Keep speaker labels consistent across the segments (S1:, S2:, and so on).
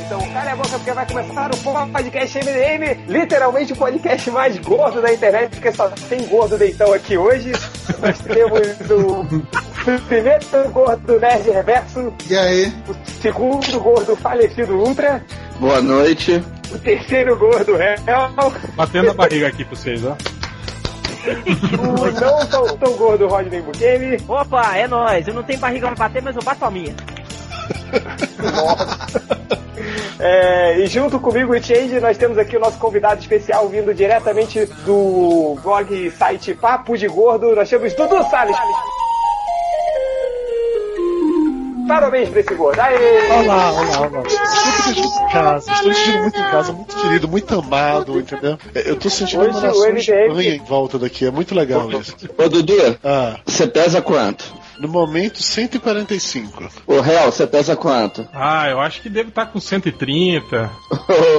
S1: então. Cala a boca porque vai começar o podcast MDM, literalmente o podcast mais gordo da internet, porque só tem gordo deitão aqui hoje. Nós temos o primeiro gordo Nerd Reverso.
S2: E aí?
S1: O segundo gordo falecido Ultra.
S3: Boa noite.
S1: O terceiro gordo Real.
S4: Batendo a barriga aqui pra vocês, ó.
S1: o não tão, tão gordo Rodney Bukemi.
S5: Opa, é nóis. Eu não tenho barriga pra bater, mas eu bato a minha.
S1: É, e junto comigo e Change, nós temos aqui o nosso convidado especial vindo diretamente do blog e site Papo de Gordo. Nós temos Dudu Salles. Parabéns pra esse gordo. Aê!
S2: Olá, olá, olá. Estou me sentindo em casa, estou me sentindo muito em casa, muito querido, muito amado, entendeu? É, Eu tô sentindo
S1: Hoje
S2: uma
S1: o
S2: nação
S1: MDM
S2: estranha em volta daqui, é muito legal isso.
S3: Ô Dudu,
S2: Ah,
S3: você pesa quanto?
S2: no momento 145.
S3: Ô Real, você pesa quanto?
S4: Ah, eu acho que deve estar com 130.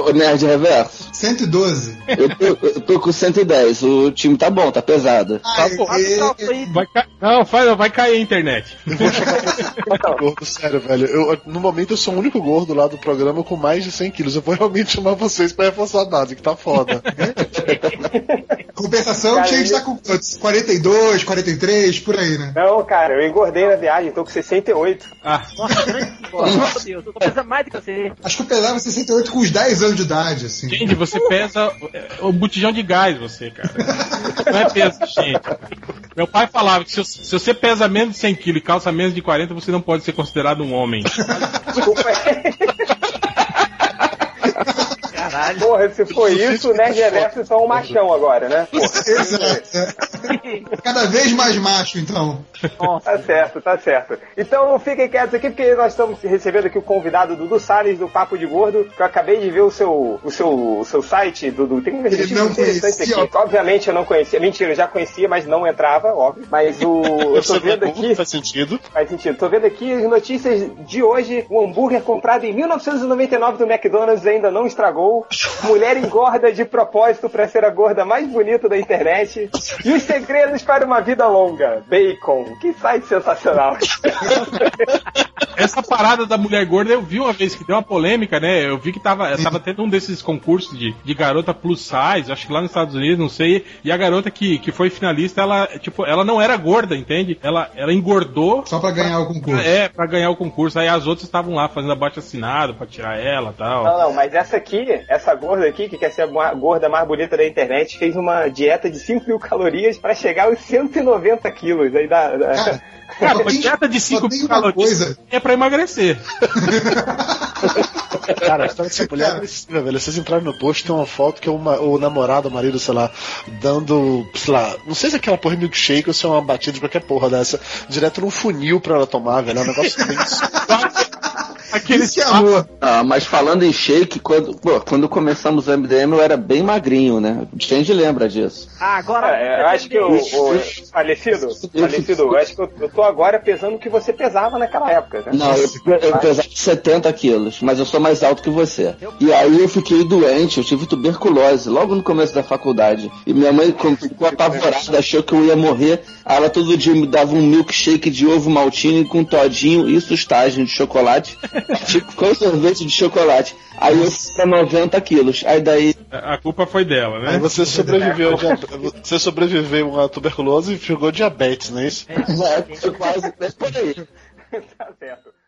S3: Ô ô, Nerd Reverso,
S6: 112.
S3: eu tô, eu tô com 110. O time tá bom, tá pesado.
S6: Ai,
S5: Abre o
S6: e-
S5: um salto aí.
S4: Vai ca... Não, vai, vai cair a internet.
S1: Tá.
S2: Gordo, sério, velho. Eu, no momento eu sou o único gordo lá do programa com mais de 100 quilos. Eu vou realmente chamar vocês pra reforçar a base, que tá foda.
S6: compensação,
S1: Cara,
S6: o Change
S1: eu-
S6: tá com quantos? 42, 43, por aí, né?
S1: Não, cara, eu engordei na viagem, tô com 68.
S4: Ah,
S5: Nossa, grande bola. Meu Deus, eu tô pensando mais do que você.
S6: Acho que eu pesava 68 com uns 10 anos de idade, assim.
S4: gente, você pesa é, o botijão de gás, você, cara. Não é peso, gente. Meu pai falava que se, se você pesa menos de 100 kg e calça menos de 40, você não pode ser considerado um homem.
S1: Desculpa aí.
S5: Caralho.
S1: Porra, se foi isso, Nerd Reverso são um machão agora, né? Porra,
S6: Exato. é. Cada vez mais macho, então.
S1: tá certo, tá certo. Então fiquem quietos aqui, porque nós estamos recebendo aqui o convidado Dudu Salles do Papo de Gordo, que eu acabei de ver o seu, o seu, o seu site, Dudu. Tem um registro
S6: não
S1: interessante
S6: conhecia.
S1: aqui. Obviamente eu não conhecia. Mentira, eu já conhecia, mas não entrava, óbvio. Mas o. Eu tô vendo aqui.
S2: faz sentido.
S1: Faz sentido. Tô vendo aqui as notícias de hoje. Um hambúrguer comprado em 1999 do McDonald's ainda não estragou. Mulher engorda de propósito pra ser a gorda mais bonita da internet. E os segredos para uma vida longa. Bacon. Que site sensacional.
S4: Essa parada da mulher gorda eu vi uma vez que deu uma polêmica, né? Eu vi que tava, tava tendo um desses concursos de, de garota plus size, acho que lá nos Estados Unidos, não sei. E a garota que, que foi finalista, ela, tipo, ela não era gorda, entende? Ela, ela engordou
S6: Só pra ganhar o concurso.
S4: É, pra ganhar o concurso. Aí as outras estavam lá fazendo abaixo assinado pra tirar ela e tal.
S6: Ah,
S1: Não, não, mas essa aqui, essa gorda aqui, que quer ser a ma- gorda mais bonita da internet, fez uma dieta de 5 mil calorias pra chegar aos 190 quilos. Aí dá. dá-
S6: Cara,
S4: Cara, é
S6: só
S4: uma
S6: tem-
S4: dieta de
S6: só
S4: 5
S6: tem
S4: mil
S6: uma
S4: calorias
S6: coisa.
S4: é pra emagrecer.
S2: Cara, a história dessa mulher é agressiva, velho. Vocês entrarem no post, tem uma foto que é uma, o namorado, o marido, sei lá, dando, sei lá, não sei se é aquela porra de milkshake ou se é uma batida de qualquer porra dessa, direto num funil pra ela tomar, velho. É um negócio bem.
S4: Aqueles
S6: que amor.
S3: Ah, mas falando em shake, quando, pô, quando começamos o MDM eu era bem magrinho, né? O Change lembra disso.
S5: Ah, agora.
S1: É, eu acho que o, o falecido, falecido, eu acho que eu, eu tô agora pesando o que você pesava naquela época, né?
S3: Não, eu, eu pesava 70 quilos, mas eu sou mais alto que você. E aí eu fiquei doente, eu tive tuberculose logo no começo da faculdade. E minha mãe com- ficou apavorada, achou que eu ia morrer. Aí Ela todo dia me dava um milkshake de ovo maltinho com todinho e sustagem de chocolate. tipo, com sorvete de chocolate. Aí eu fui pra 90 quilos. Aí daí
S4: A culpa foi dela,
S2: Aí
S6: É.
S4: né?
S2: você sobreviveu, a dia- você sobreviveu a tuberculose e pegou diabetes, não é isso?
S3: É, quase, é por aí.
S1: tá certo.